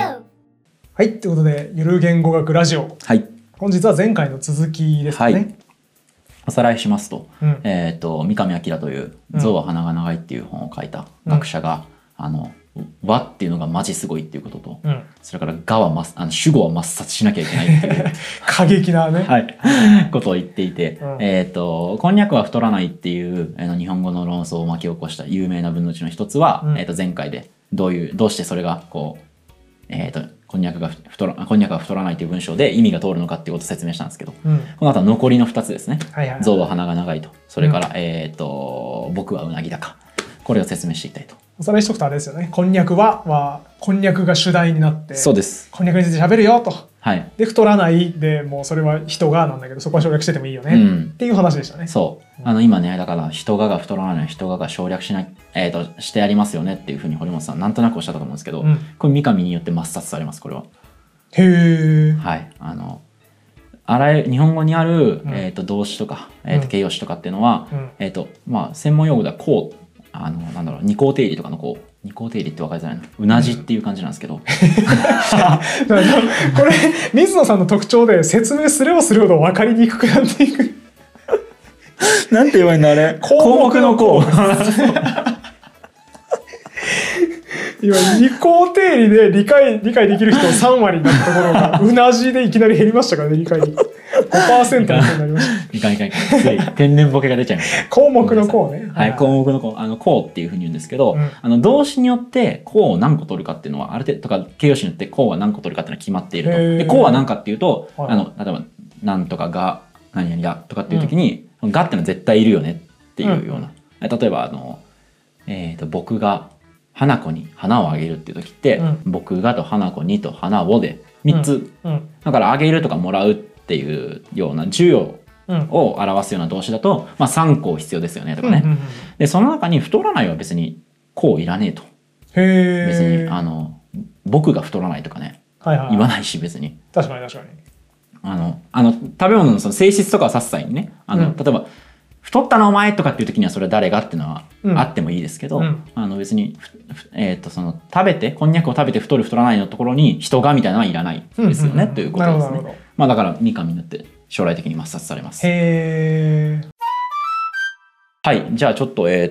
はい、ということで、ゆる言語学ラジオ。はい。本日は前回の続きですかはね。い。おさらいしますと、うんえっ、と、三上明という、うん象は鼻が長いっていう本を書いた学者が、あの、和っていうのがマジすごいっていうことと、うん。それから、がはまあの主語は抹殺しなきゃいけないって いう、過激なね。はい、 ことを言っていて、うんえっ、と、こんにゃくは太らないっていう、あの日本語の論争を巻き起こした有名な文のうちの一つは、うんえっ、と、前回で、どういう、どうしてそれが、こう、えっ、と、こんにゃくが太ら、こんにゃくは太らないという文章で意味が通るのかっていうことを説明したんですけど、うん。この後は残りの2つですね。はいはい。象は鼻が長いと。それから、えっ、と、僕はうなぎだか。これを説明していきたいと。おさらいしとくとあれですよね。こんにゃくは、は、こんにゃくが主題になって、そうです。こんにゃくについて喋るよと。はい。で、太らないで、もうそれは人がなんだけど、そこは省略しててもいいよね。うんっていう話でしたね。そう。あの、今ね、だから、人がが太らないのに人がが省略しない、えっ、と、してやりますよねっていうふうに堀本さん、なんとなくおっしゃったと思うんですけど、うんこれ、三上によって抹殺されます、これは。へー。はい。あの、あらゆる、日本語にある、うんえっ、と、動詞とか、えーうとん形容詞とかっていうのは、うんえっ、と、まあ、専門用語では、こう、あの、なんだろう、二項定理とかのこう、二項定理って分かりづらいな。うなじっていう感じなんですけど、 だからこれ、水野さんの特徴で説明すればするほど分かりにくくなっていく。なんて言えばいいんだあれ項項目目のの項項今、二項定理で理解、理解できる人3割になったところが、うなじでいきなり減りましたからね、理解に。5%の人になりました。いかんいかんい かんつい天然ボケが出ちゃいました項目の項ね。はい、項目の項、あの、項っていうふうに言うんですけど、うんあの、動詞によって、項を何個取るかっていうのは、ある程度、とか、形容詞によって、項は何個取るかっていうのは決まっていると。へーで、項は何かっていうと、はいあの、例えば、なんとかが、何々だとかっていう時に、がっていうのは絶対いるよねっていうような。例えば、あの、えっ、と、僕が、花子に花をあげるっていう時って、うん僕がと花子にと花をで、3つうん。だからあげるとかもらうっていうような授与うん。を表すような動詞だと、まあ、3項必要ですよねとうかんね、うんうんでその中に太らないは別に項いらねえとへえ。別にあの僕が太らないとかねはいはい。言わないし別に確かに確かに。あのあの食べ物のその性質とかを指す際にねあの、うん例えば「太ったなお前」とかっていう時にはそれは誰がっていうのはうんあってもいいですけど、うんあの別に、ふふえー、とその食べてこんにゃくを食べて太る太らないのところに人がみたいなのはいらないですよね、うんうんうんということですなるほどなるほど。ねまあだから三上になって将来的に抹殺されます。へえ。はい、じゃあちょっとえっ、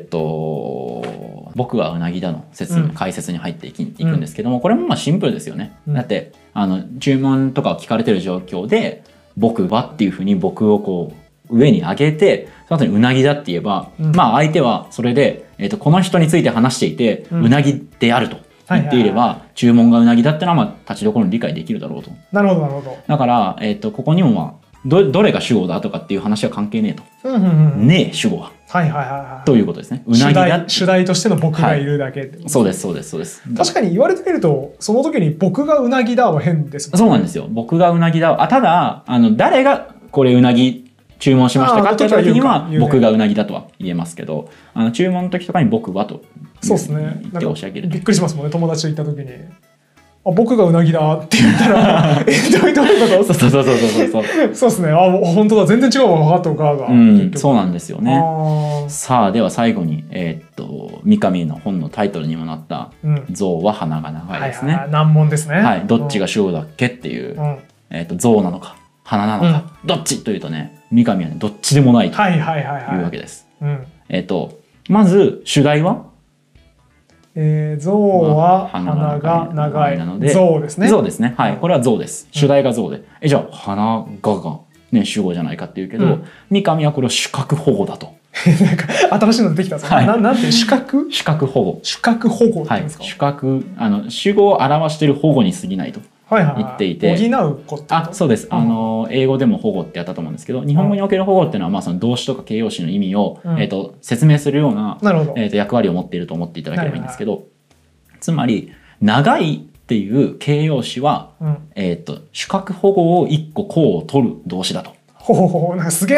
と僕はうなぎだの説うん解説に入っていき、いくんですけども、これもまあシンプルですよね。うんだってあの注文とかを聞かれてる状況で僕はっていうふうに僕をこう上に上げてその後にうなぎだって言えば、うんまあ相手はそれで、えー、とこの人について話していて、ううんなぎであると言っていれば、は注文がうなぎだってのはまあ立ちどころに理解できるだろうと。なるほどなるほだから、えー、とここにもまあどどれが主語だとかっていう話は関係ねえと。ど。うんうんうん。ねえ主語は。はいはいはいはい。ということですね。うな主ぎだ題主題としての僕がいるだけってことですねそうです、そうです、そうです。確かに言われてみるとその時に「僕がうなぎだ」は変ですもんそうなんですよ。僕がうなぎだ。あ、ただ、あの、誰がこれうなぎ注文しましたあかーって時に時は言うかは言う、ね僕がうなぎだとは言えますけど、あの、注文の時とかに僕はと。そうですね言っなんてか押し上げるびっくりしますもんね友達と行った時に「あ僕がうなぎだ」って言った ら「えどういうどういうこと?と。そうそうそうそう そうそう。」そうですねあもう本当だ全然違うわ母と母が、うん、そううなんですよね。さあ、では最後に、えーっと、三上の本のタイトルにもなった、うん象は鼻が長いですね。難問ですねはい、どっちが主語だっけっていうう、ん、うんえーっと、象なのか、鼻なのか、どっちというとね、三上はね、どっちでもないとはいはいはいいうはわいけです。うんえっ、と、まず主題はえー、象は鼻が鼻が長長いいなので象ですね象ですね。はい。これは象です。主題が象で。え、じゃあ、花がが、ね、主語じゃないかっていうけど、うん三上はこれを主角保護だと。なんか 新しいの出てきたぞ、はいななんて主角主角保護。主角保護っては言うんい。ですか、主角、あの、主語を表している保護に過ぎないと。はいはいはい、言っていて補うことあ、そうです。あの、英語でも保護ってやったと思うんですけど、日本語における保護っていうのは、まあ、その動詞とか形容詞の意味を、うんえっ、と、説明するような、なるほど、えー、と役割を持っていると思っていただければいいんですけど、つまり、長いっていう形容詞は、うん、えー、と主格保護を1個項を取る動詞だと。ほうほうほうなんかすげえ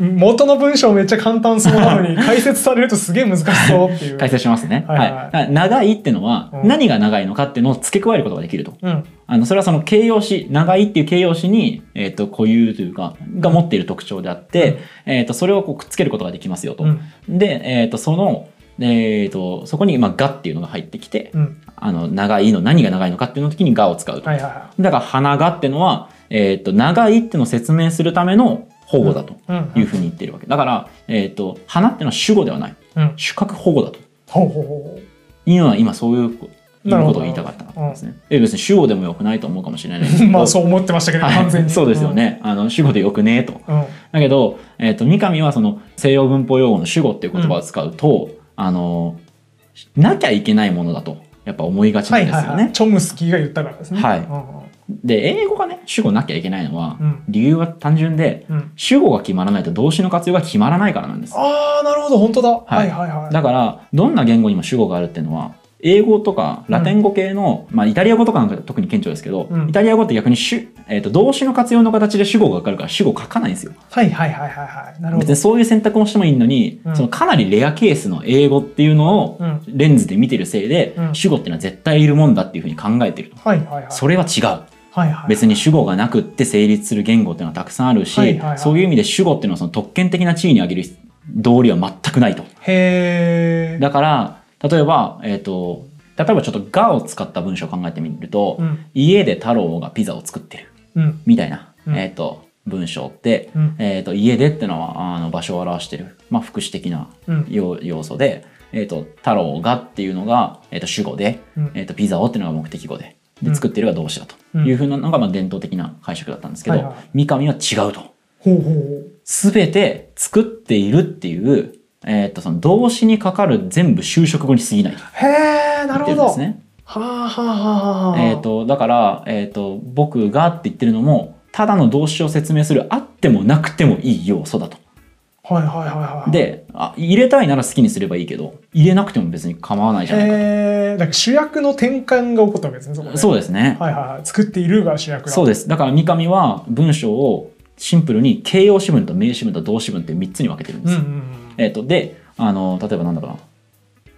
元の文章めっちゃ簡単そうなの に解説されるとすげえ難しそうっていう解説しますね。はいははいいだから長いってのはうん何が長いのかっていうのを付け加えることができると。うんあのそれはその形容詞長いっていう形容詞に、えー、と固有というかが持っている特徴であって、えー、とそれをこうくっつけることができますよと。うんで、えー、とそのでえー、とそこに、まあ、がっていうのが入ってきて、うん。あの長いの何が長いのかっていうの時にがを使うと、はいはいはだから花がってのは、えー、と長いってのを説明するための保護だとい。うん。いうふうに言ってるわけだから、えー、と花ってのは主語ではないうん。主格保護だとほうほうほいうのは今そういうこいうなるこほどとを言いたかったんですね。え別に主語でもよくないと思うかもしれないですけう。ど まあそう思ってましたけど、はい完全に。そうですよね、あの主語でよくねえと。うん。うん。だけど、えー、と三上はその西洋文法用語の主語っていう言葉を使うと、あのなきゃいけないものだとやっぱ思いがちなはんいですはよいね。はい。チョムスキーが言ったからですね。はいい。で英語がね主語なきゃいけないのは、うん理由は単純でうん。主語が決まらないと動詞の活用が決まらないからなんです。ああ、なるほど、本当だ。いはいはいはい。だからどんな言語にも主語があるっていうのは英語とかラテン語系の、まあ、イタリア語とかなんか特に顕著ですけど、うんイタリア語って逆に主、えー、と動詞の活用の形で主語がかかるから主語書かないんですよ。はいはいはいはいはい。なるほ別どに。そういう選択もしてもいいのに、うんそのかなりレアケースの英語っていうのをうん。レンズで見てるせいで、うん主語っていうのは絶対いるもんだっていうふうに考えてると。はいはいはい。それは違う。はいはい。別に主語がなくって成立する言語っていうのはたくさんあるし、はいはいはいそういう意味で主語っていうのはその特権的な地位に上げる道理は全くないと。へえ。 だから例えば、えっと例えばちょっと「が」を使った文章を考えてみると、うん。家で太郎がピザを作ってるうん。みたいな、うんえっと文章って、うんえっと家でってのはあの場所を表してる、まあ、副詞的なうん。要要素で、えっと太郎がっていうのが、えっと主語で、うんえっとピザをっていうのが目的語でうでん作ってるが動詞だとうんいうふうなのがまあ伝統的な解釈だったんですけど、はいはい三上は違うと。ほうほうほう。全て作っているっていう、えっとその動詞にかかる全部就職語に過ぎないとへえ、な言るっほてるんでどす。ね。はあはあはあはあ。えっ、とだから、えっと僕がって言ってるのもただの動詞を説明するあってもなくてもいい要素だと。はいはいはいはい。、であ入れたいなら好きにすればいいけど入れなくても別に構わないじゃないかと。えー、だから主役の転換が起こったわけですね、そこで。そううですね。はいはいはい。作っているが主役だそうです。だから三上は文章をシンプルに形容詞文と名詞文と動詞文って3つに分けてるんでうんす。うんうん。えっ、と、で、あの、例えばなんだろうな。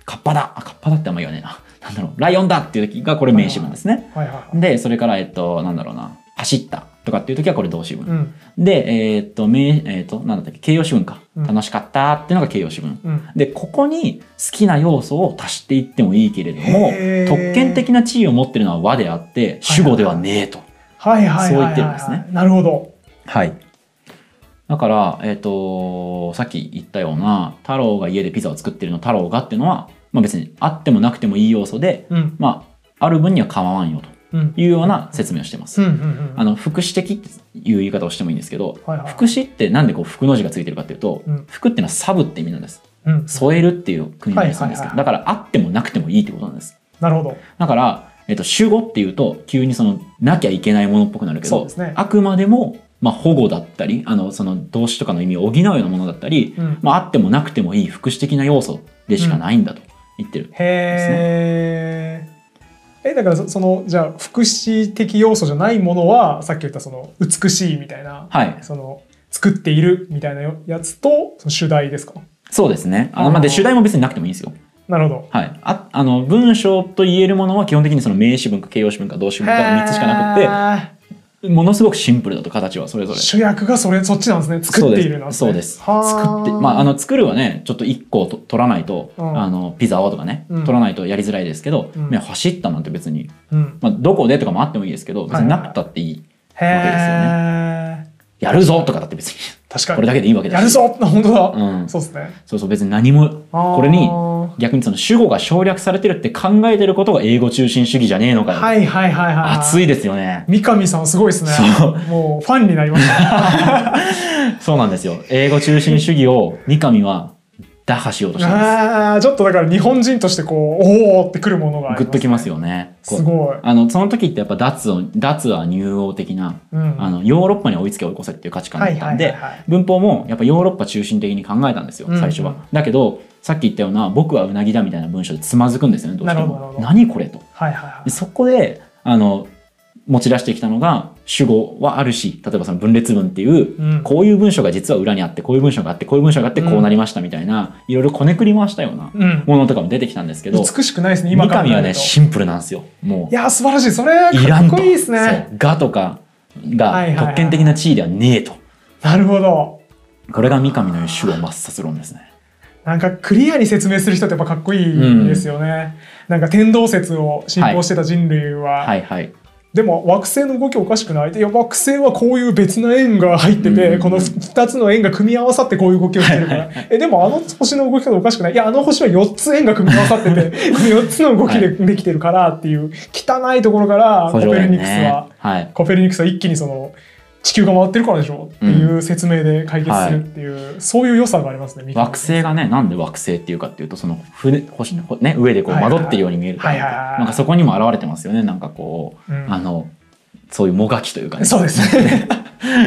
カッパだあ、カッパだってあんま言わねえな。なんだろう。ライオンだっていう時がこれ名詞文ですね。はいはいはい。で、それから、えっ、と、なんだろうな。走ったとかっていう時はこれ動詞う文。んで、えっ、と、名、えっ、と、なんだったっけ、形容詞文か。うん楽しかったっていうのが形容詞文。うん。でここに好きな要素を足していってもいいけれどもへー特権的な地位を持ってるのは和であって主語ではねえと、はいはいはいはいはい。そう言ってるんですね。なるほど。はい。だから、えっ、と、さっき言ったような、太郎が家でピザを作ってるの、太郎がっていうのは、まあ別にあってもなくてもいい要素で、うんまあ、ある分には構わんよとうん。いうような説明をしてまうす。んうんうん。あの、副詞的っていう言い方をしてもいいんですけど、はいはい副詞ってなんでこう、副の字がついてるかっていうと、うん副っていうのはサブって意味なんです。うん。添えるっていう国名するんですけはど、いはだからあってもなくてもいいってことなんです。なるほど。だから、えっと、主語っていうと急にそのなきゃいけないものっぽくなるけそうど、ですねあくまでも、まあ、保護だったりあのその動詞とかの意味を補うようなものだったり、うんまあ、あってもなくてもいい副詞的な要素でしかないんだと言ってる。へえ。え、だからそその、じゃあ、福祉的要素じゃないものは、さっき言ったその、美しいみたいな、はい、その、作っているみたいなやつと、その主題ですか。そうですね。あのまあ、あでー主題も別になくてもいいんですよ。なるほど。はい、ああの文章と言えるものは基本的にその名詞文か形容詞文か動詞文かの3つしかなくなくて。てものすごくシンプルだと形はそれぞれ。主役がそれそっちなんですね作っているなんそうですねそうです作ってまああの作るはねちょっと1個と取らないと、うんあのピザをとかね、うん取らないとやりづらいですけど、うんね走ったなんて別に、うんまあ、どこでとかもあってもいいですけど別になくたっていい、へえ、やるぞとかだって別に確かにこれだけでいいわけだしやるぞ な本当だ、うんそうですねそうそう別に何もこれに逆にその主語が省略されてるって考えてることが英語中心主義じゃねえのかよ、はいはいはいはい熱いいですよね三上さんすごいですねそうもうファンになりま したそうなんですよ英語中心主義を三上は打破しようとしてますあーちょっとだから日本人としてこうおおってくるものがありグッときますよよねこうすごい、あのその時ってやっぱ脱を脱は入欧的な、うん、あのヨーロッパに追いつけ追い越せっていう価値観だったんで、はいはいはいはい文法もやっぱヨーロッパ中心的に考えたんですようん最初は、だけどさっき言ったような「僕はうなぎだ」みたいな文章でつまずくんですよねどうしてなるほどなるもほど何これとはいはでそこであの持ち出してきたのが主語はあるし例えばその分裂文っていう、うんこういう文章が実は裏にあってこういう文章があってこういう文章があってこうなりましたみたいな、いろいろこねくり回したようないはい、ものとかも出てきたんですけうん、ど美しくないですね三今考えると上はねシンプルなんですよもうい。やー素晴らしいそれかいらんっと。こいいですねそうがとかはいはいがはい特権的な地位ではねえと。なるほどこれが三上の主語抹殺論ですね。ななんかクリアに説明する人ってやっぱかっこいいですよね、なんか天動説を信仰してた人類は、はいはいでも惑星の動きおかしくないいや惑星はこういう別な円が入ってて、うんこの2つの円が組み合わさってこういう動きをしてるから、えでもあの星の動き方おかしくないいやあの星は4つ円が組み合わさって てこの4つの動きでできてるからっていう汚いところからコペ補助ル円ニクスは、ねはいコペルニクスは一気にその地球が回ってるからでしょっていう説明で解決するっていう、そういう良さがありますねミカ惑星がねなんで惑星っていうかっていうとその船星の、ね、上でこうはいはい惑ってるように見えるからはいはいはいなんかそこにも表れてますよねなんかこう、うんあのそういうもがきというかねそうですね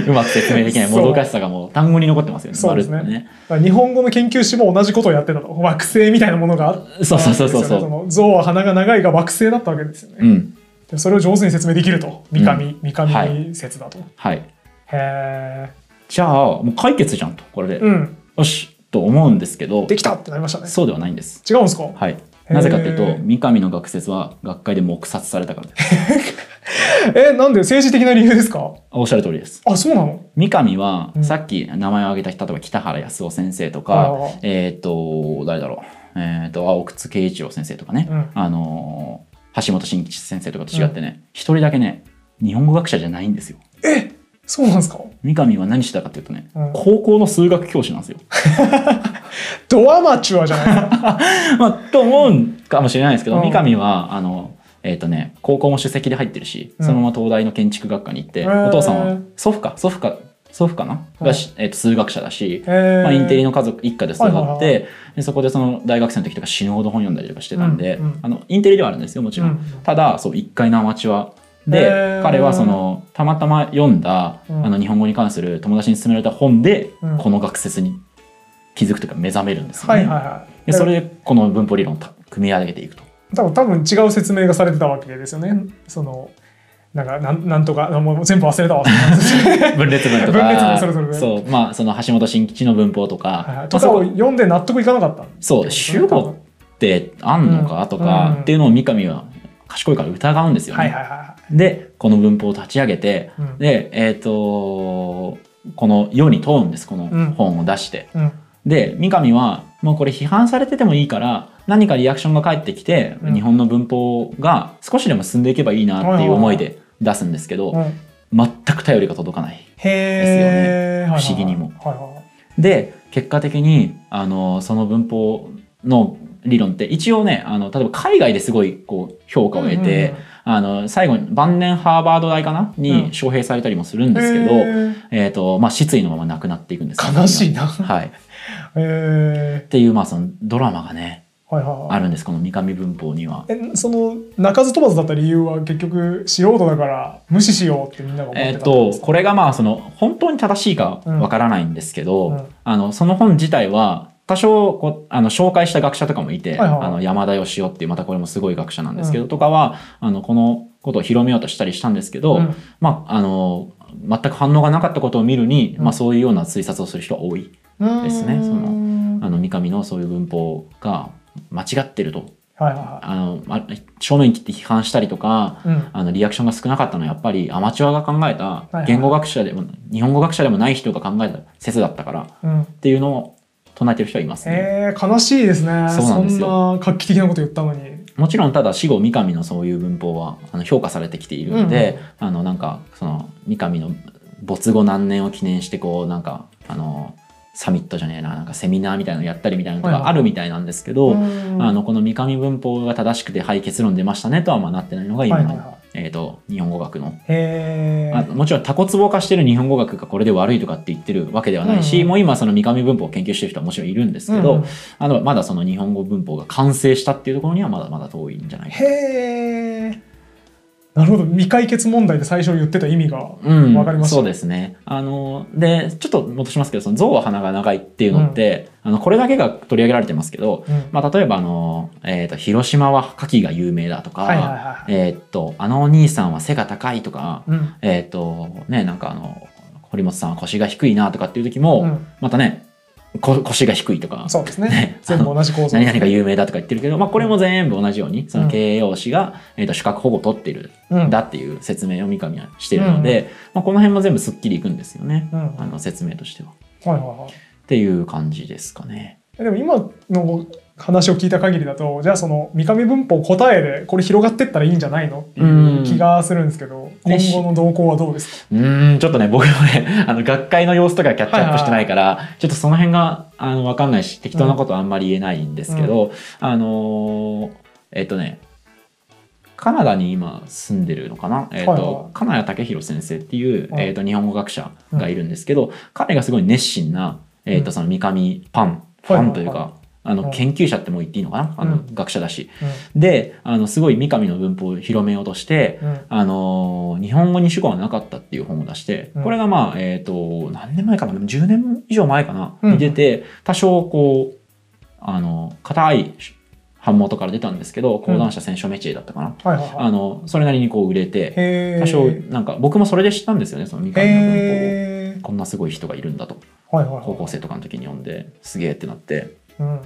うまく説明できないもどかしさがもう単語に残ってますよねそうですねまるっとねだから日本語の研究士も同じことをやってたと惑星みたいなものがあったそうそうそうそうそわうけですよねの象は鼻が長いが惑星だったわけですよね、うんでそれを上手に説明できると三上、う三は上い説だと、はいへえじゃあもう解決じゃんとこれで、うんよしと思うんですけどできたってなりましたねそうではないんです違うんですか、はいなぜかというへとー三上の学説は学会で黙殺されたから ですえなんで政治的な理由ですかおっしゃる通りですあそうなの三上は、うんさっき名前を挙げた人とか北原康夫先生とあかーえっ、と誰だろうえっ、と青津慶一郎先生とかね、うんあのー橋本真吉先生とかと違ってね一、人だけね日本語学者じゃないんですよえそうなんですか三上は何してたかっていうとね、うん高校の数学教師なんですよ。ドアマチュアじゃないですかまあ、と思うんかもしれないですけど、うん三上はあの、えっとね、高校も首席で入ってるし、うんそのまま東大の建築学科に行って、へーお父さんは祖父か祖父か祖父かな、うんがし、えっと数学者だし、へえまあ、インテリの家族一家で育って、はいはいはいでそこでその大学生の時とか死ぬほど本読んだりとかしてたんで、うんうんあのインテリではあるんですよもちろん、うんただそう一回のアマチュアへでー彼はそのたまたま読んだ、うんあの日本語に関する友達に勧められた本で、うんこの学説に気づくというか目覚めるんですよはね、いはいはいでそれでこの文法理論をた組み上げてい くと。多分多分違う説明がされてたわけですよねそのなんかなんなんとかもう全部忘れた わ分裂文とか分裂文それぞれねそうまあその橋本新吉の文法とか、はいはいまとあそかこを読んで納得いかなかったそう主語ってあんのか、うんとか、うんっていうのを三上は賢いから疑うんですよね。はいはいはいはでこの文法を立ち上げて、うんでえっ、とこの世に問うんですこのうん本を出して。い、うん、で三上はもうこれ批判されててもいいから何かリアクションが返ってきて、うん日本の文法が少しでも進んでいけばいいなっていう思いで出すんですけど、うん全く頼りが届かない。へえ、ですよね不思議にもはいはいはいで結果的にあのその文法の理論って一応ねあの例えば海外ですごいこう評価を得て、うんうんうんあの最後に晩年ハーバード大かなうんに招聘されたりもするんですけど、へえーとまあ、失意のまま亡くなっていくんですー悲しいい、な。はい、っへえていう、まあ、そのドラマがねはいはいはい。あるんですこの三上文法には。えその鳴かず飛ばずだった理由は結局素人だから無視しようってみんなが思ってたえんー、ですかとこれがまあその本当に正しいかわからないんですけど、うんうんあのその本自体は多少こうあの紹介した学者とかもいて、はいはいあの山田義夫っていうまたこれもすごい学者なんですけど、うとかはあのこのことを広めようとしたりしたんですけど、うんまああの全く反応がなかったことを見るに、うんまあ、そういうような推察をする人が多いですねうーんそあの三上のそういう文法が間違ってるとはいはあの、ま、正面切って批判したりとかいはい。うんあのリアクションが少なかったのはやっぱりアマチュアが考えいはたい言語学者でも、日本語学者でもない人が考えた説だったからっうん、ていうのを唱えてる人はいますね。えー、悲しいですねそうなんですよそんな画期的なこと言ったのにもちろんただ死後三上のそういう文法はあの評価されてきているので、あのなんかその三上の没後何年を記念してこうなんかあのサミットじゃねえななんかセミナーみたいなのやったりみたいなのはいがはいあるみたいなんですけど、うんあのこの三上文法が正しくてはい結論出ましたねとはまあなってないのが今の、はいはいはいえー、と日本語学のへあもちろんタコツボ化してる日本語学がこれで悪いとかって言ってるわけではないし、うんもう今その三上文法を研究してる人はもちろんいるんですえけど、うんあのまだその日本語文法が完成したっていうところにはまだまだ遠いんじゃないかへえなるほど未解決問題で最初言ってた意味がう ん、わかりましたそうですね。あの、で、ちょっと戻しますけど、その象は鼻が長いっていうのって、あの、これだけが取り上げられてますけど、うんまあ、例えば、あの、えっ、と、広島は牡蠣が有名だとか、はいはいはいえっ、と、あのお兄さんは背が高いとか、うんえっ、と、ね、なんかあの、堀本さんは腰が低いなとかっていう時も、うんまたね、こ腰が低いとか、そうですねね全部同じ構造何々が有名だとか言ってるけど、まあ、これも全部同じように、そうんの形容詞が、えー、と資格保護を取っているうんんだっていう説明を三上はしているので、まあ、この辺も全部すっきりいくんですよね、うんあの説明としては。はいはいはいっていう感じですかね。でも今の話を聞いた限りだとじゃあその三上文法答えでこれ広がってったらいいんじゃないのっていう気がするんですけど、うん今後の動向はどうですかうーんちょっとね僕もね あの学会の様子とかキャッチアップしてないから、ちょっとその辺があの分かんないし適当なことはあんまり言えないんですけど、あのーえっとねカナダに今住んでるのかな、えっとはいはい金谷武弘先生っていう、はいえっと日本語学者がいるんですけど、彼がすごい熱心な、えっとその三上ファンファンというか、はいはいあのはい研究者ってもう言っていいのかなあうのん学者だし。であのすごい三上の文法を広めようとして、うんうんあのー日本語に主語はなかったっていう本を出して、うんこれがまあ、えっ、と、何年前かな、でも10年以上前かな、うんに出て、多少こう、あの、硬い版元から出たんですけど、講談社選書メチエだったかな。はいはいはいあの、それなりにこう売れて、へー多少、なんか、僕もそれで知ったんですよね、その三上の文法を。へーこんなすごい人がいるんだと、はいはい高は校生とかの時に読んで、すげえってなって。いうん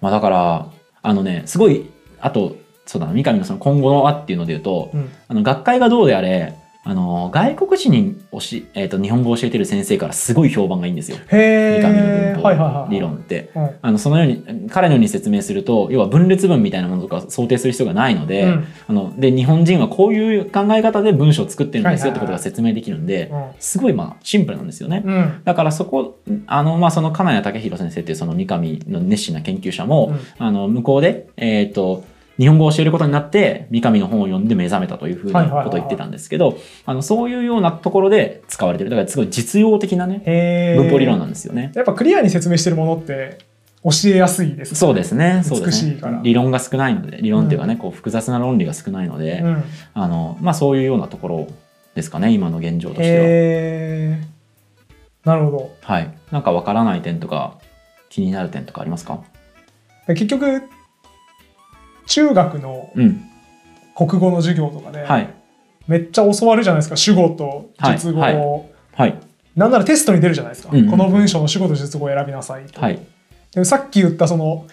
まあだから、あのね、すごい、あと、そうだな、三上のその今後の輪っていうので言うと、うんあの学会がどうであれあの外国人に教ええーと日本語を教えてる先生からすごい評判がいいんですよへ三ー上の文法、はいはいはいはい理論って。うんあのそのように彼のように説明すると要は分裂文みたいなものとか想定する必要がないので,、うんあので日本人はこういう考え方で文章を作ってるんですよってことが説明できるんで、すごいまあシンプルなんですよね。うんうんだからそこあのまあその金谷武弘先生っていうその三上の熱心な研究者も、あの向こうでえっ、と日本語を教えることになって三上の本を読んで目覚めたというふうなことを言ってたんですけど、あのそういうようなところで使われてるだからすごい実用的なねへー文法理論なんですよね。やっぱクリアに説明してるものって教えやすいですそうですねそうです美しいからね理論が少ないので理論っていうかね、こう複雑な論理が少ないので、うん、あのまあ、そういうようなところですかね今の現状としては。へーなるほどはい、なんかわからない点とか気になる点とかありますか、で結局中学のうん国語の授業とかで、はいめっちゃ教わるじゃないですか主語と述語を、はいはい、なんならテストに出るじゃないですか、うんうんうんこの文章の主語と述語を選びなさいと、はい。でさっき言ったその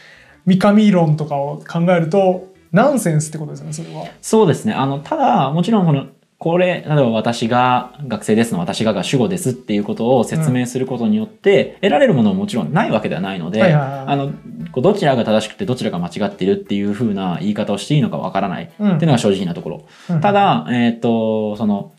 三上論とかを考えるとナンセンスってことですよねそれは。そうですね。あの、ただ、もちろん、この、これ、例えば私が、学生ですの私がが主語ですっていうことを説明することによって、得られるものももちろんないわけではないので、はいはいはいあの、こうどちらが正しくてどちらが間違っているっていうふうな言い方をしていいのかわからないってうんいうのが正直なところ。うんただ、えっ、と、その、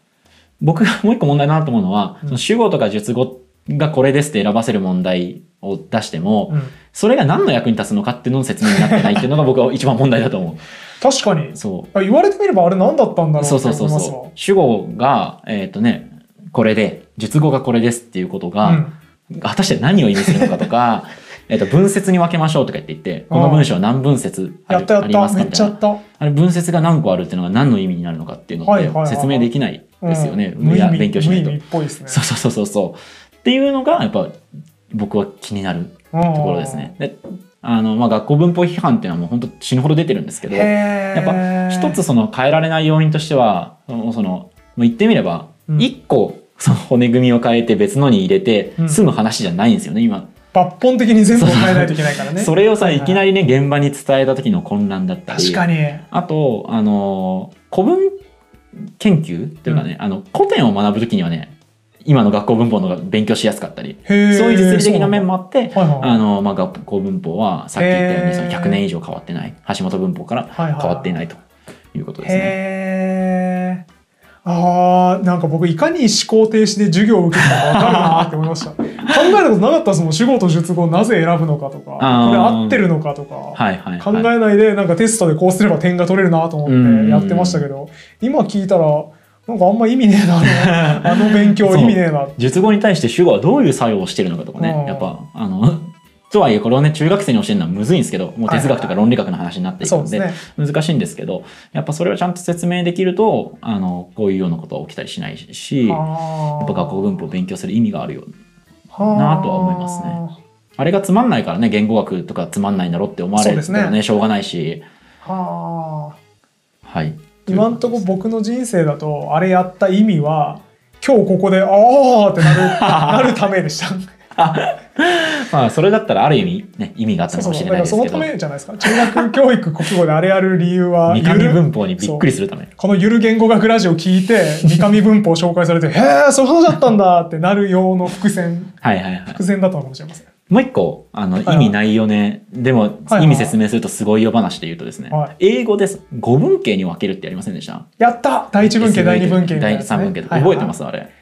僕が もう一個問題だなと思うのは、うんその主語とか述語がこれですって選ばせる問題を出しても、うんそれが何の役に立つのかっていうのの説明になってないっていうのが僕は一番問題だ と思確かにう。そう。あ言われてみればあれ何だったんだろうってそうそ思いうそうますわ。そう主語がえっ、とねこれで述語がこれですっていうことうが、ん果たして何を意味するのかと かえっと分節に分けましょうとか言って言ってこの文章は何分節あやるったやあっりまたすめかっみちゃたやいっなた。あれ分節が何個あるっていうのが何の意味になるのかっていうはいはいのはっいて説明できないですよね、うんいや勉強しないと無意味無意味っぽいですね。そうそうそうそうそうっていうのがやっぱ僕は気になるとところですね。であのまあ、学校文法批判っていうのはもう本当死ぬほど出てるんですけどややっぱ一つその変えられない要因としてはそのそのもう言ってみればうん一個その骨組みを変えて別のに入れてうん済む話じゃないんですよね今抜本的に全部を変えないといけないからね。それをさはいはいいきなりね現場に伝えた時の混乱だったり確かに。あとあのー古文研究というかねあの古典を学ぶ時にはね今の学校文法の方が勉強しやすかったりそうそういう実利的な面も。もあってはいはいあのまあ学校文法はさっき言ったようへーにその100年以上変わってない橋本文法から変はいはいわっていないということですね。へーあーなんか僕いかに思考停止で授業を受けてたか分かるなって思いました 考えたことなかったですもん主語と述語をなぜ選ぶのかとかこれあー合ってるのかとか、はいはい、考はい、えないでなんかテストでこうすれば点が取れるなと思ってやってましたけど今聞いたらなんかあんま意味ねえ なあのあの勉強意味ねえなって術語に対して主語はどういう作用をしてるのかとかうんねやっぱあの とはいえこれをね中学生に教えるのはむずいんですけどもう哲学とか論理学の話になっていくそうのですでね難しいんですけどやっぱそれをちゃんと説明できるとあのこういうようなことは起きたりしないしやっやぱ学校文法を勉強する意味があるよなとは思いますねあれがつまんないからね言語学とかつまんないんだろって思われるそかうでらすねねしょうがないしはあはい今んとこ僕の人生だとあれやった意味は今日ここでああってなる なるためでしたまあそれだったらある意味ね意味があったそうのそかうだからもしれないでそすのけどためじゃないですか中学教育国語であれやる理由は三上文法にびっくりするためこのゆる言語学ラジオ聞いて、三上文法紹介されて、へえ、そういう話だったんだってなる用の伏線、はいはいはい伏線だったのかもしれません。もう一個あのいはい意味ないよね、でもはいはい意味説明するとすごいよ話で言うとですね、はい英語です語文系に分けるってやりませんでしたやった第一文系、第二文系みたいな第やつね、三文系と覚えてます、あれ、はいはい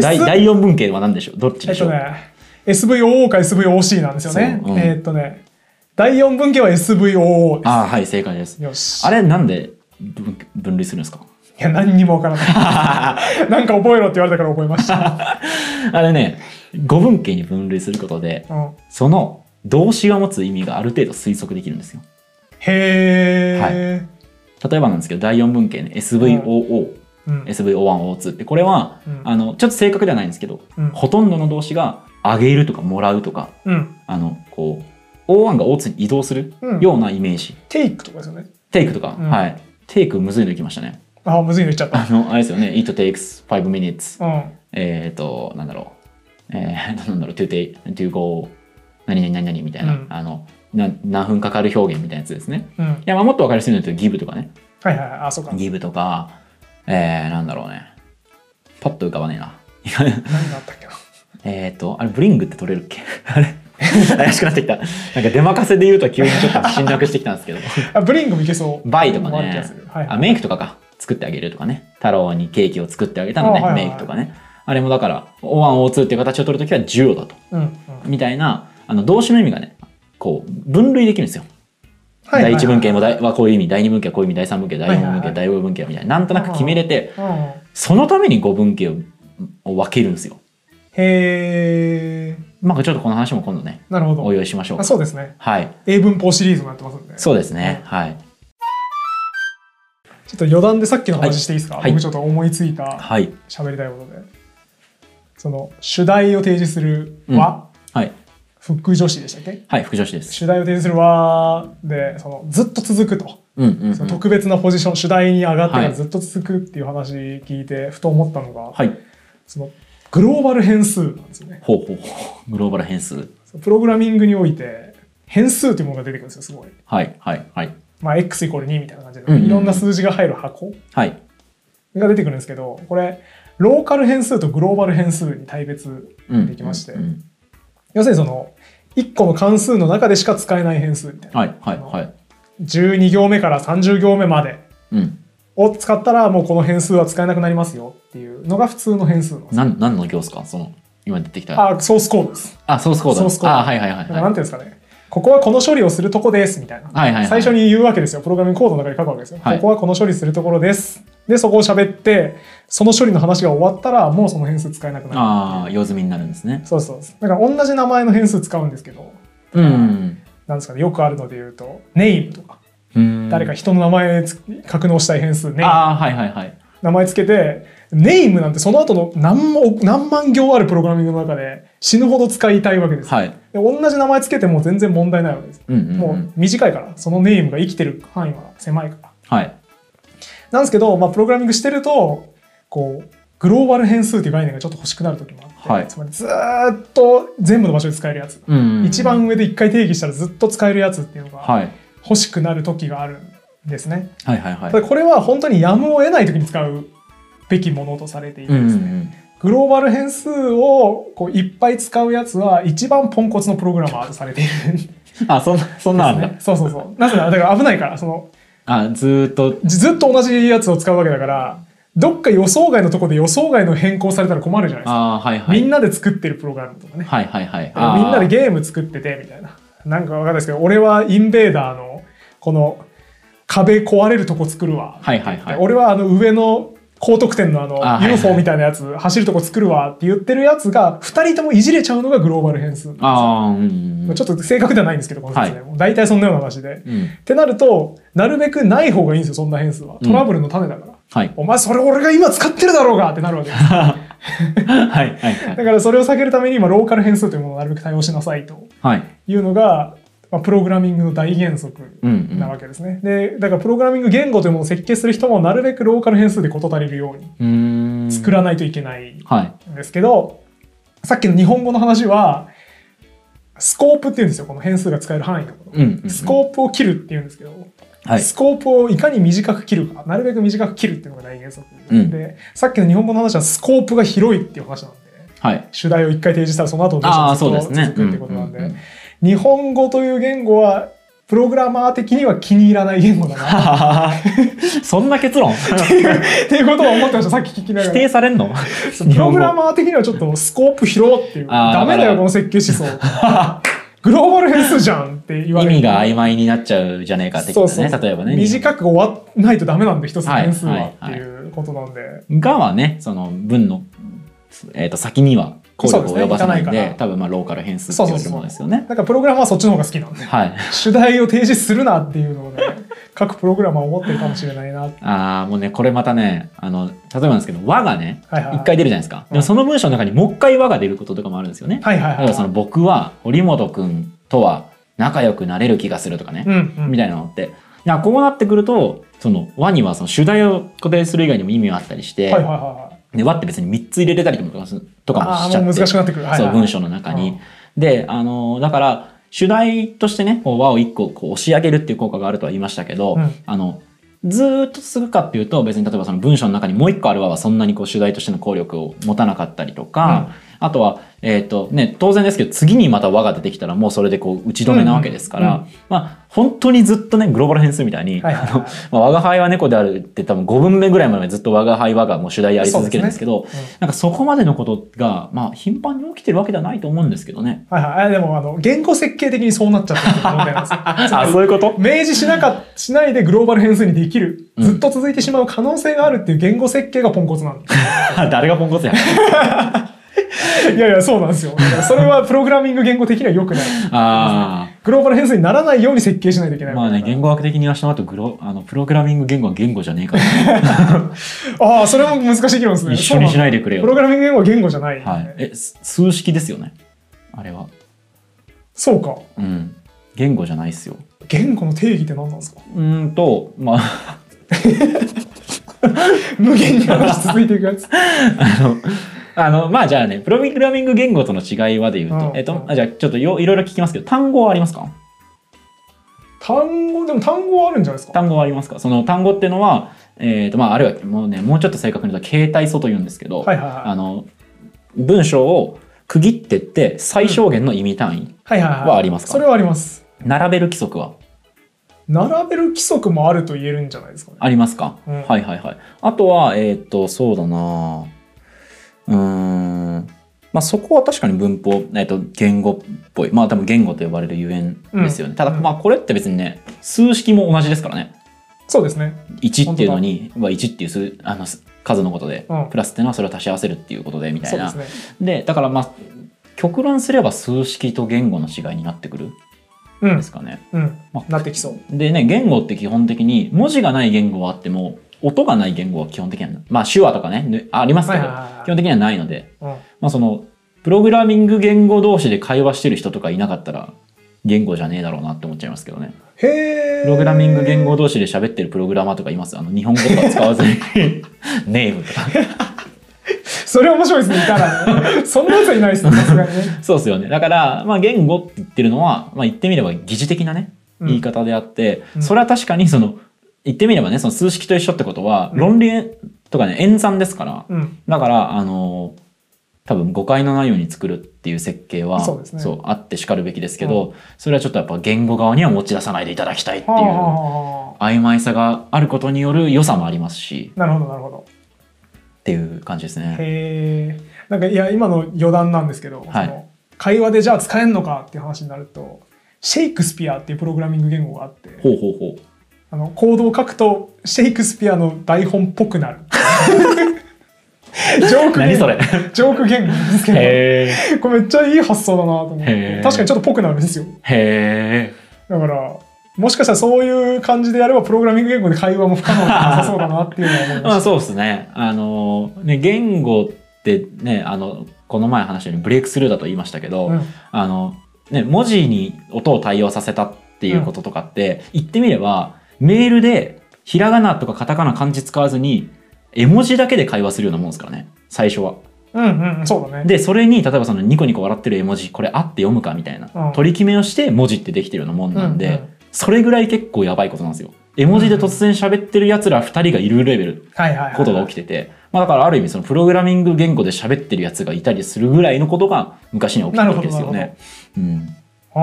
第第四文系は何でしょうどっちえでっしょとう、ね、SVOO か SVOC なんですよね。そううんえっとね、第4文系は SVOO でああはい正解ですす。よし。あれなんで分分類するんですかいや、何にもわから ない。なんか覚えろって言われたから覚えました。あれね語文系に分類することでうん、その動詞が持つ意味がある程度推測できるんですよへー。例えばなんですけど第4文系ね SVOO、うん、 SV01O2 ってこれは、うんあのちょっと正確ではないんですけど、うんほとんどの動詞があげるとかもらうとかうん。あのこう O1 が O2 に移動するうんようなイメージ、テイクとかですよね。テイクとか、うんはいテイクむずいのいきましたねあー、むずいの言っちゃったあ。のあれですよね It takes 5 minutes うん。えっ、となんだろうえー、なんだろう to take to go 何々何々みたいな、うんあのな何分かかる表現みたいなやつですねうん。いやまあもっと分かりやすいのだと give とかねはいはいはい。あ、そうか。ギブとか、えー、なんだろうね。パッと浮かばねえな。何があったっけな。えっと、あれ、ブリングって取れるっけ あれ怪しくなってきた。なんか出任せで言うと急にちょっと 侵略してきたんですけど。あ、ブリングもいけそう。バイとかもある気がねするはい、あ、メイクとかか。作ってあげるとかね。太郎にケーキを作ってあげたのね、あはいはいメイクとかね。あれもだから、O1、O2 っていう形を取るときは重要だと。うん。うんみたいな、あの、動詞の意味がね、こう、分類できるんですよ。はいはい第一文系も。もだいはこういう意味、第二文系はこういう意味、第三文系、第四はい文はいは系、い第五文系みたいな、なんとなく決めれて、うん。そのために語文系をを分けるんですよ。へー。まあちょっとこの話も今度ね、なるほどお。用意しましょうあ。そうですね。はい。英文法シリーズになってますんで。そうですね。はい。ちょっと余談でさっきの話していいですか、はい僕ちょっと思いついたはい。喋りたいことで。その、主題を提示するは、はい。副助詞でしたっけはい、副助詞です。主題を提示するはで、その、ずっと続くと。うんうん、うそのん。特別なポジション、主題に上がってかはらいずっと続くっていう話聞いて、ふと思ったのが、はい。その、グローバル変数なんですよね。ほうほうほう。グローバル変数。そのプログラミングにおいて、変数というものが出てくるんですよ、すごい。はいはいはい。まあ、x イコール2みたいな感じで、うんうんうんいろんな数字が入る箱はい。が出てくるんですけど、これ、ローカル変数とグローバル変数に対別うん。できましてうんうん要するにその1個の関数の中でしか使えない変数みたいな、はいはいはい。 12行目から30行目までうん。を使ったらもうこの変数は使えなくなりますよっていうのが普通の変数なんですよなん、なんの行ですかその、今出てきた。あ、あソースコードですソースコード。ソースコードあ、はいはいはだい、からはないん。ていうんですかねここはこの処理をするとこですみたいな、はいはいはい最初に言うわけですよプログラミングコードの中に書くわけですよ、はいここはこの処理するところですでそこを喋ってその処理の話が終わったらもうその変数使えなくなるああ、用済みになるんですね。そうそうそうだから同じ名前の変数使うんですけどうん。なんですかねよくあるので言うとネイムとかうん。誰か人の名前つ格納したい変数ねああ、はいはいはい。名前つけてネイムなんてその後の何も何万行あるプログラミングの中で死ぬほど使いたいわけですよ、はい。で同じ名前つけても全然問題ないわけです、うんうん、うん。もう短いからそのネイムが生きてる範囲は狭いからはい。なんですけど、まあ、プログラミングしてるとこうグローバル変数っていう概念がちょっと欲しくなる時もあって、はいつまりずーっと全部の場所で使えるやつ、うんうんうん。一番上で一回定義したらずっと使えるやつっていうのがはい。欲しくなる時があるんですね、はいはいはい。ただこれは本当にやむを得ない時に使うべきものとされていてうでんうすね、んグローバル変数をこういっぱい使うやつは一番ポンコツのプログラマーとされているんです、ね、うん、あそんなそんなんあるんだ。そうそうそうなぜならだから危ないからそのあずーっとずずっと同じやつを使うわけだからどっか予想外のとこで予想外の変更されたら困るじゃないですか、あーはいはい。みんなで作ってるプログラムとかねはいはいはい。あーみんなでゲーム作っててみたいななんかわかんないですけど俺はインベーダーのこの壁壊れるとこ作るわはいはいはい。俺はあの上の高得点のあのあはいはい UFO みたいなやつ走るとこ作るわって言ってるやつが2人ともいじれちゃうのがグローバル変数なんですよああうんうんうまあん。ちょっと正確ではないんですけどこの説明も大体そんなような話で。うんってなるとなるべくない方がいいんですよそんな変数はトラブルの種だから、はいお前それ俺が今使ってるだろうがってなるわけですはいはいはだいからそれを避けるために今ローカル変数というものをなるべく対応しなさいとはい。いうのが、まあ、プログラミングの大原則うんう。なんわけですね、でだからプログラミング言語というものを設計する人もなるべくローカル変数で事足りるようにうーん作らないといけないはいんですけど、さっきの日本語の話はスコープっていうんですよこの変数が使える範囲のこと、うんうんうんスコープを切るっていうんですけど、はいスコープをいかに短く切るかなるべく短く切るっていうのが大原則で、うんさっきの日本語の話はスコープが広いっていう話なんではい。主題を一回提示したらその後のああ文章がずっとそうですね続くってことなんうんうんでうん日本語という言語はプログラマー的には気に入らない言語だなそんな結論否っていうことを思ってましたさっき聞きながら定。されんのプログラマー的にはちょっとスコープ広っていうあーダメだよこの設計思想グローバル変数じゃんって言わ意れる味が曖昧になっちゃうじゃねえか的なそうねそう例えばね短く終わらないとダメなんで一つの変数ははいっていうことなんで、がはねその文の、えー、と先には効力を及ばさないんでそうですね行かないから多分まあローカル変数って言われるものですよねなんかプログラマーはそっちの方が好きなんではい主題を提示するなっていうのをね各プログラマー思ってるかもしれないなああもうねこれまたねあの例えばなんですけど和がねはいはい一回出るじゃないですか、うんでもその文章の中にもう一回和が出ることとかもあるんですよね、はいはいだかはらいその僕は堀本くんとは仲良くなれる気がするとかね、うんうんみたいなのっていやこうなってくるとその和にはその主題を固定する以外にも意味があったりして、はいはいはいはいで和って別に3つ入れれたりとかもすとかもあしちあゃってもう難しくなってくる、はいはいそう文章の中に。であのだから主題としてねこう和を一個こう押し上げるっていう効果があるとは言いましたけど、うんあのずーっと続くかっていうと別に例えばその文章の中にもう一個ある和はそんなにこう主題としての効力を持たなかったりとか、あとは、えっとね、当然ですけど次にまた和が出てきたらもうそれでこう打ち止めなわけですから、うんうんまあ、本当にずっとねグローバル変数みたいに、はいはいはいあのまあ、我が輩は猫であるって多分5分目ぐらいまでずっと我が輩我がもう主題やり続けるんですけどすねなんかそこまでのことが、まあ、頻繁に起きてるわけではないと思うんですけどね。はいはいあでもあの言語設計的にそうなっちゃってる問題なんですよあそういう こと明示しなかしないでグローバル変数にできるうんずっと続いてしまう可能性があるっていう言語設計がポンコツなんです、 誰がポンコツや。いやいやそうなんですよだからそれはプログラミング言語的には良くないあグローバル変数にならないように設計しないといけあ。ないまあね、言語学的に言わせてもらうとグロ、あの、プログラミング言語は言語じゃねえから、ああそれも難しい議論ですね一緒にしないいでくれプロよ。グラミング言語は言語じゃない、はい。え、す数式ですよね。あれは。そうかうん。言語じゃないっすよ。言語の定義って何なんですかうーんと、まあ、無限に話し続いていくやつ あの、あの、まあじゃあね、プログラミング言語との違いはで言うと、うんえっと、あじゃあちょっとよいろいろ聞きますけど、単語はありますか単語でも単語はあるんじゃないですか単語はありますかその単語ってのは、えーとまあ、あるいはもうねもうちょっと正確に言うと形態素というんですけど、はいはいはいあの文章を区切ってって最小限の意味単位、はいはいはいはありますかそれはあります並べる規則は並べる規則もあると言えるんじゃないですかねありますか、うんはいはいはいあとはえっ、とそうだなうーんまあそこは確かに文法、えー、と言語っぽいまあ多分言語と呼ばれるゆえんですよね、うんただうんまあこれって別にね数式も同じですからねそうですね1っていうのには1っていう数あのす数のことで、うんプラスっていうのはそれを足し合わせるっていうことでみたそいうでなすねで,、だからまあ極論すれば数式と言語の違いになってくるんうでんすかね。うんまあなってきそうでね言語って基本的に文字がない言語はあっても音がない言語は基本的にはまあ手話とかねぬありますけど、はいはいはいはい基本的にはないので、うんまあ、そのプログラミング言語同士で会話してる人とかいなかったら言語じゃねえだろうなって思っちゃいますけどね。へえプログラミング言語同士で喋ってるプログラマーとかいますあの日本語とか使 わずにネームとかそれ面白いですねいたら ねそんなやつはいないですねさすがにねそうですよねだから、まあ、言語って言ってるのは、まあ、言ってみれば疑似的なねうん言い方であって、うんそれは確かにその言ってみればねその数式と一緒ってことはうん論理とかね演算ですから うんだからあの多分誤解のないように作るっていう設計はそうですねあってしかるべきですけど、それはちょっとやっぱ言語側には持ち出さないでいただきたいっていうはあ曖昧さがあることによる良さもありますし。なるほどなるほどっていう感じですね。へえなんかいや今の余談なんですけど、はいその会話でじゃあ使えんのかっていう話になるとシェイクスピアっていうプログラミング言語があってほうほうほう。あのコードを書くとシェイクスピアの台本っぽくな るジョーク何言そ語れ。ジョーク言語なんですけど、へこれめっちゃいい発想だなと思っへてー確かにちょっとぽくなるんですよえ。へだからもしかしたらそういう感じでやればプログラミング言語で会話も不可能なさそうだなっていうのは思いまえ。まあしたそうですね。あのね言語ってねあのこの前話したようにブレイクスルーだと言いましたけど、うんあのね文字に音を対応させたっていうこととかって、言ってみればメールでひらがなとかカタカナ漢字使わずに絵文字だけで会話するようなもんですからね最初は。うんうんそうだねでそれに例えばそのニコニコ笑ってる絵文字これあって読むかみたいな、うん取り決めをして文字ってできてるようなもんなんで、うんうんそれぐらい結構やばいことなんですよ。絵文字で突然喋ってる奴ら2人がいるレベルはいはいはい。ことが起きてて、まあ、だからある意味そのプログラミング言語で喋ってる奴がいたりするぐらいのことが昔には起きてるわけですよなるね。うん、ああ。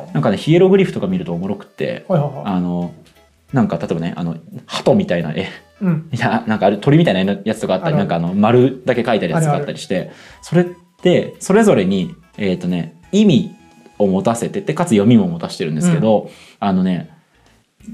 はいなんかねヒエログリフとか見るとおもろくってはいはあのなんか例えばねあの鳩みたいな絵い。うん。いやなんかあれ鳥みたいなやつとかあったありるあなんるかあの丸だけ書いたりやつとかあったりしてそれってそれぞれにえっ、とね意味を持たせててかつ読みも持たせてるんですけど、あのね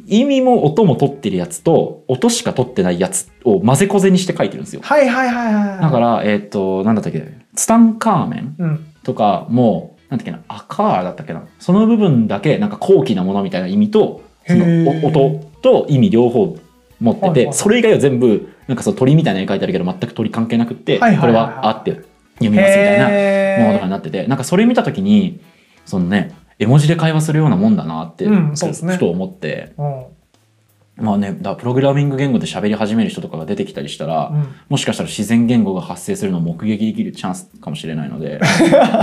意味も音も取ってるやつと音しか取ってないやつを混ぜこぜにして書いてるんですよ。はいはいはいはい。だから、えっ、と、なんだったっけ、ツタンカーメンうん。とかも、なんだっけな、アカーだったっけな、その部分だけ、なんか高貴なものみたいな意味と、そのへーお音と意味両方持ってはいはいはて、いそれ以外は全部、なんかその鳥みたいな絵描いてあるけど、全く鳥関係なくって、こはいれはいはいはいはあって読みますみたいなものとかへになってて、なんかそれ見たときに、そのね、絵文字で会話するようなもんだなって、うんそうですねふと思って、ー。うん。まあね、だからプログラミング言語で喋り始める人とかが出てきたりしたら、うんもしかしたら自然言語が発生するのを目撃できるチャンスかもしれない ので、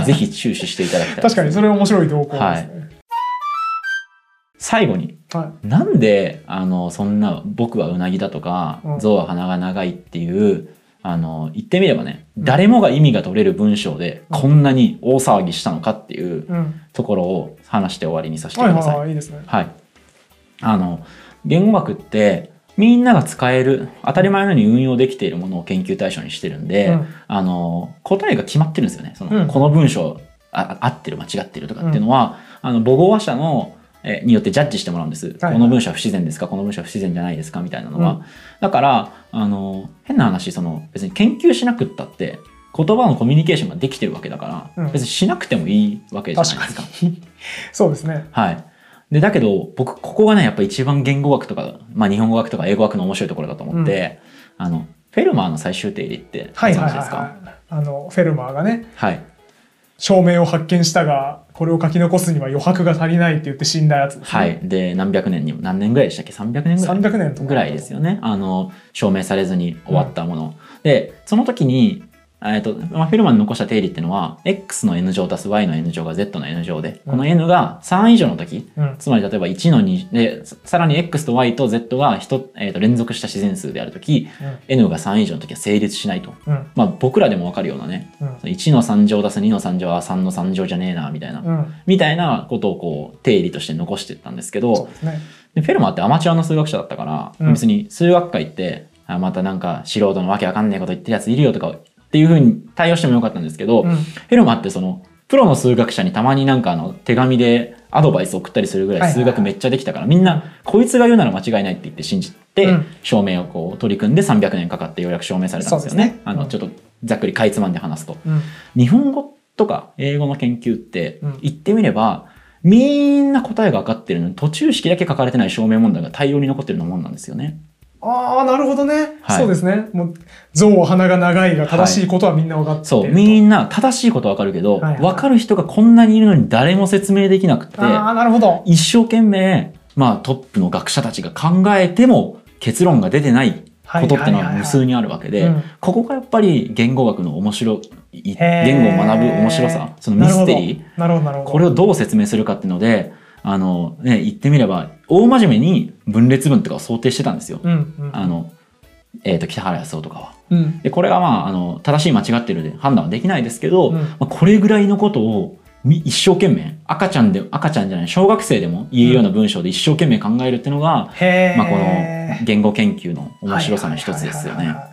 ぜひ注視していただきたい。確かにそれ面白い動向ですね。最後に、はなんで、あの、そんな、僕はうなぎだとかう、ん象は鼻が長いっていう、あの、言ってみればね、うん誰もが意味が取れる文章で、うんこんなに大騒ぎしたのかっていうい。うん。ところを話して終わりにさせてくはいださいは。いはい。いいですね。はい。あの、言語学って、みんなが使える、当たり前のように運用できているものを研究対象にしてるんで、うんあの、答えが決まってるんですよね。その、うんこの文章あ、あ合ってる、間違ってるとかっていうのは、あの、母語話者の、えによってジャッジしてもらうんです、はいこの文章は不自然ですかこの文章は不自然じゃないですかみたいなのは、うんだからあの変な話その別に研究しなくったって言葉のコミュニケーションができてるわけだから、うん別にしなくてもいいわけじゃないですかそうですね。はい。で、だけど、僕、ここがね、やっぱ一番言語学とか、まあ日本語学とか英語学の面白いところだと思って、あの、フェルマーの最終定理って、はいはいはご存い知ですかはい。あの、フェルマーがね、はい。証明を発見したが、これを書き残すには余白が足りないって言って死んだやつですね。はい。で、何百年にも、何年ぐらいでしたっけ ?300 年ぐらい300年とかぐらいですよね。あの、証明されずに終わったもの。で、その時に、えっと、まあ、フェルマーの残した定理っていうのは、x の n 乗足す y の n 乗が z の n 乗で、この n が3以上の時、うん。つまり例えば1の2でささらに x と y と z がひと、えー、と連続した自然数である時、うん n が3以上の時は成立しないと、うん。まあ、僕らでも分かるようなねうん。 1の3乗足す2の3乗は3の3乗じゃねえなみたいな、うん。みたいなことをこう定理として残してったんですけどそうですね。でフェルマーってアマチュアの数学者だったから、うん別に数学界ってあまたなんか素人のわけわかんないこと言ってるやついるよとかっていうふうに対応してもよかったんですけど、うん。フェルマーってそのプロの数学者にたまになんかあの手紙でアドバイス送ったりするぐはらいいはい数学めっちゃできたから、みんなこいつが言うなら間違いないって言って信じて、うん証明をこう取り組んで300年かかってようやく証明されたんですよね。そうですねあのうんちょっとざっくりかいつまんで話すと。うん。日本語とか英語の研究ってうん言ってみれば、みんな答えが分かってるのに途中式だけ書かれてない証明問題が大量に残ってるのもんなんですよね。ああ、なるほどね。はいそうですね。もう、象は鼻が長いが正しいことはみんな分かってそう、るとみんな正しいことわかるけど、はいはい分かる人がこんなにいるのに誰も説明できなくて、ああ、なるほど。一生懸命、まあ、トップの学者たちが考えても結論が出てないことってのは無数に。にあるわけうでんここがやっぱり言語学の面白いへー言語を学ぶ面白さそのミステリーなるほど、なるほど。これをどう説明するかっていうのであの、ね、言ってみれば大真面目に分裂文とかを想定してたんですよ。うん、うん。あのえー、と北原康夫とかはうん。でこれはまああの正しい間違ってるで判断はできないですけど、うんまあ、これぐらいのことをみ一生懸命赤ちゃんで赤ちゃんじゃない小学生でも言えるような文章で一生懸命考えるっていうのが、へえ。まあ、この言語研究の面白さの一つですよはいはいねはい。はい。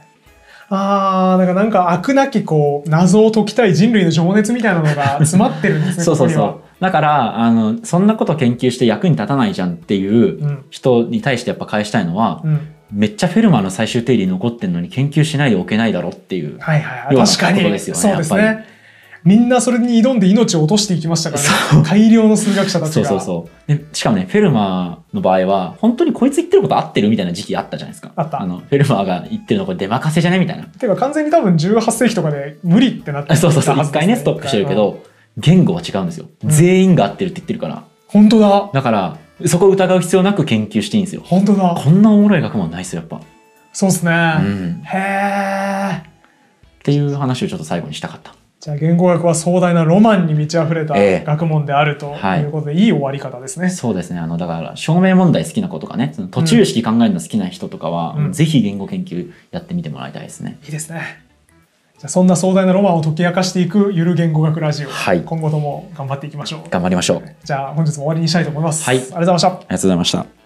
ああ、なんかなんか悪なきこう謎を解きたい人類の情熱みたいなのが詰まってるんですね。 そうそうこそうだからあのそんなこと研究して役に立たないじゃんっていこにはう人に対してやっぱ返したいのは、うん。うん。めっちゃフェルマーの最終定理残ってんのに研究しないでおけないだろっていう。はいはいようは。ない確かことに。ですよねそうですやっぱね。みんなそれに挑んで命を落としていきましたからそうね。大量の数学者たそちうが。そうそうでしかもねフェルマーの場合は本当にこいつ言ってること合ってるみたいな時期あったじゃないですかあったのフェルマーが言ってるのこれ出任せじゃねみたいなていうか完全に多分18世紀とかで無理ってなってあ そうそうそうたは一ずで回すねストップしてるけ。うんど言語は違うんですよ、うん全員が合ってるって言ってるから本当だ。だからそこを疑う必要なく研究していいんですよ本当だ。こんなおもろい学問ないっすよやっぱ、そうですね。うん、へえ。っていう話をちょっと最後にしたかったじじゃあ言語学は壮大なロマンに満ち溢れたええ学問であるとはいいうことで、いい終わり方ですね。そうですね。あの、だから、証明問題好きな子とかね、その途中式考えるの好きな人とかは、うんぜひ言語研究やってみてもらいたいですね。いいですね。じゃあそんな壮大なロマンを解き明かしていくゆる言語学ラジオ、はい今後とも頑張っていきましょう。頑張りましょう。ありじゃあ本日も終わりにしたいと思います。はいありがとうございました。がとうございました。